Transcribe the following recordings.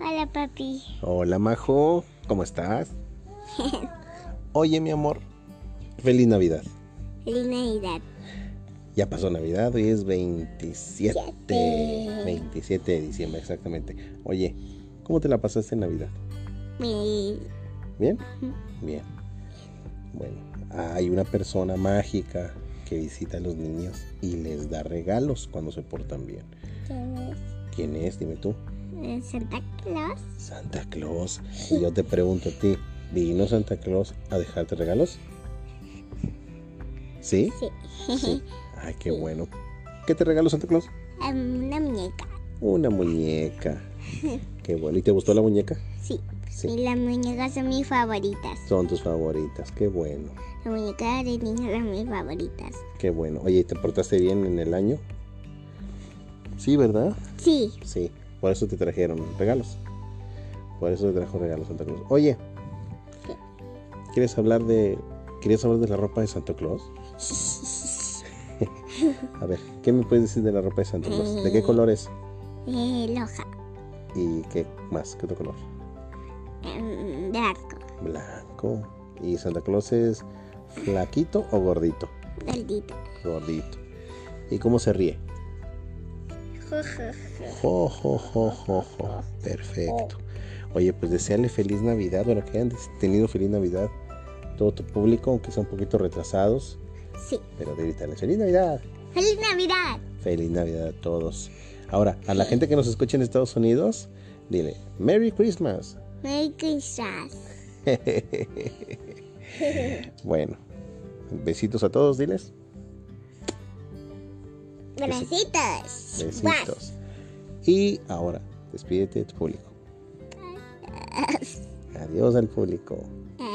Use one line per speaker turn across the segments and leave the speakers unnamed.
Hola, papi.
Hola, Majo. ¿Cómo estás? Oye, mi amor. Feliz Navidad.
Feliz Navidad.
Ya pasó Navidad, hoy es 27.
Siete.
27 de diciembre, exactamente. Oye, ¿cómo te la pasaste en Navidad?
Mi-
¿Bien? Bien. Bueno, hay una persona mágica que visita a los niños y les da regalos cuando se portan bien.
¿quién es?
¿Quién es? Dime tú.
Eh, Santa Claus.
Santa Claus. Y yo te pregunto a ti, ¿vino Santa Claus a dejarte regalos? ¿Sí?
Sí.
Sí. Ay, qué bueno. ¿Qué te regaló Santa Claus?
Em, una muñeca.
Una muñeca. Qué bueno. ¿Y te gustó la muñeca?
Sí.
Sí.
Y las muñecas son mis favoritas.
Son tus favoritas. Qué bueno.
Las muñecas de niños son mis favoritas.
Qué bueno. Oye, ¿y ¿te portaste bien en el año? Sí, ¿verdad?
Sí.
Sí. Por eso te trajeron regalos. Por eso te trajo regalos Santa Claus. Oye, ¿quieres hablar de quieres hablar de la ropa de Santa Claus? A ver, ¿qué me puedes decir de la ropa de Santa Claus? ¿De qué color es?
Eh, loja.
¿Y qué más? ¿Qué otro color?
Em, de arco.
Blanco. ¿Y Santa Claus es flaquito o gordito?
Gordita.
Gordito. ¿Y cómo se ríe? Jo, jo, jo, jo, jo. Perfecto. Oye, pues desearle feliz Navidad, bueno, que hayan tenido feliz Navidad todo tu público, aunque sea un poquito retrasados,
Sí.
pero de gritarles feliz Navidad,
¡Feliz Navidad!
feliz Navidad a todos. Ahora, a la gente que nos escucha en Estados Unidos, dile Merry Christmas.
Merry Christmas.
Bueno, besitos a todos, diles.
Besitos. Bye.
Besitos. Y ahora, despídete de tu público. Adiós al público.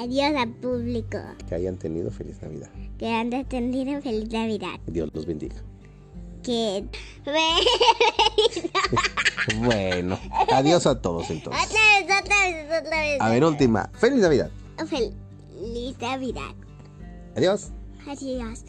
Adiós al público.
Que hayan tenido feliz Navidad.
Que han entendido feliz Navidad.
Dios los bendiga.
Que.
Bueno, adiós a todos
Otra
entonces.
vez, otra vez, otra vez.
A ver, última. Feliz Navidad.
Feliz Navidad.
Adiós.
Adiós.